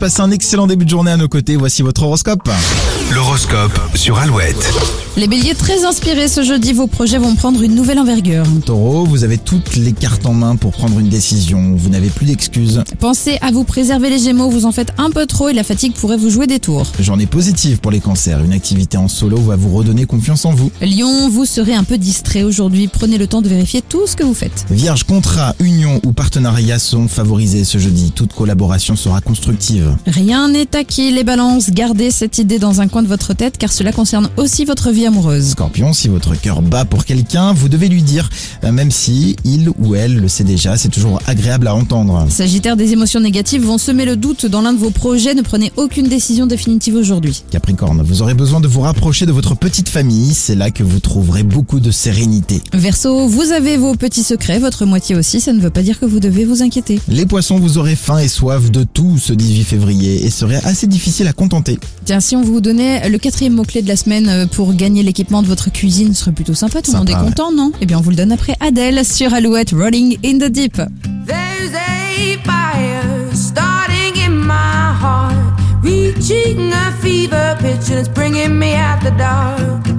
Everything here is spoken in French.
Passez un excellent début de journée à nos côtés. Voici votre horoscope. L'horoscope sur Alouette. Les béliers très inspirés ce jeudi, vos projets vont prendre une nouvelle envergure. Taureau, vous avez toutes les cartes en main pour prendre une décision. Vous n'avez plus d'excuses. Pensez à vous préserver les gémeaux, vous en faites un peu trop et la fatigue pourrait vous jouer des tours. Journée positive pour les cancers. Une activité en solo va vous redonner confiance en vous. Lyon, vous serez un peu distrait aujourd'hui, prenez le temps de vérifier tout ce que vous faites. Vierge, contrat, union ou partenariat sont favorisés ce jeudi. Toute collaboration sera constructive. Rien n'est acquis, les balances, gardez cette idée dans un coin de votre tête car cela concerne aussi votre vie amoureuse. Scorpion, si votre cœur bat pour quelqu'un, vous devez lui dire, euh, même si il ou elle le sait déjà, c'est toujours agréable à entendre. Sagittaire, des émotions négatives vont semer le doute dans l'un de vos projets, ne prenez aucune décision définitive aujourd'hui. Capricorne, vous aurez besoin de vous rapprocher de votre petite famille, c'est là que vous trouverez beaucoup de sérénité. Verseau, vous avez vos petits secrets, votre moitié aussi, ça ne veut pas dire que vous devez vous inquiéter. Les poissons, vous aurez faim et soif de tout ce 18 février et serait assez difficile à contenter. Tiens, si on vous donnait le quatrième mot-clé de la semaine euh, pour gagner l'équipement de votre cuisine, ce serait plutôt sympa, tout le monde est Sympa, ouais. content, non Eh bien, on vous le donne après Adèle sur Alouette Rolling in the Deep. There's a fire starting in my heart, reaching a fever pitch, and it's bringing me out the dark.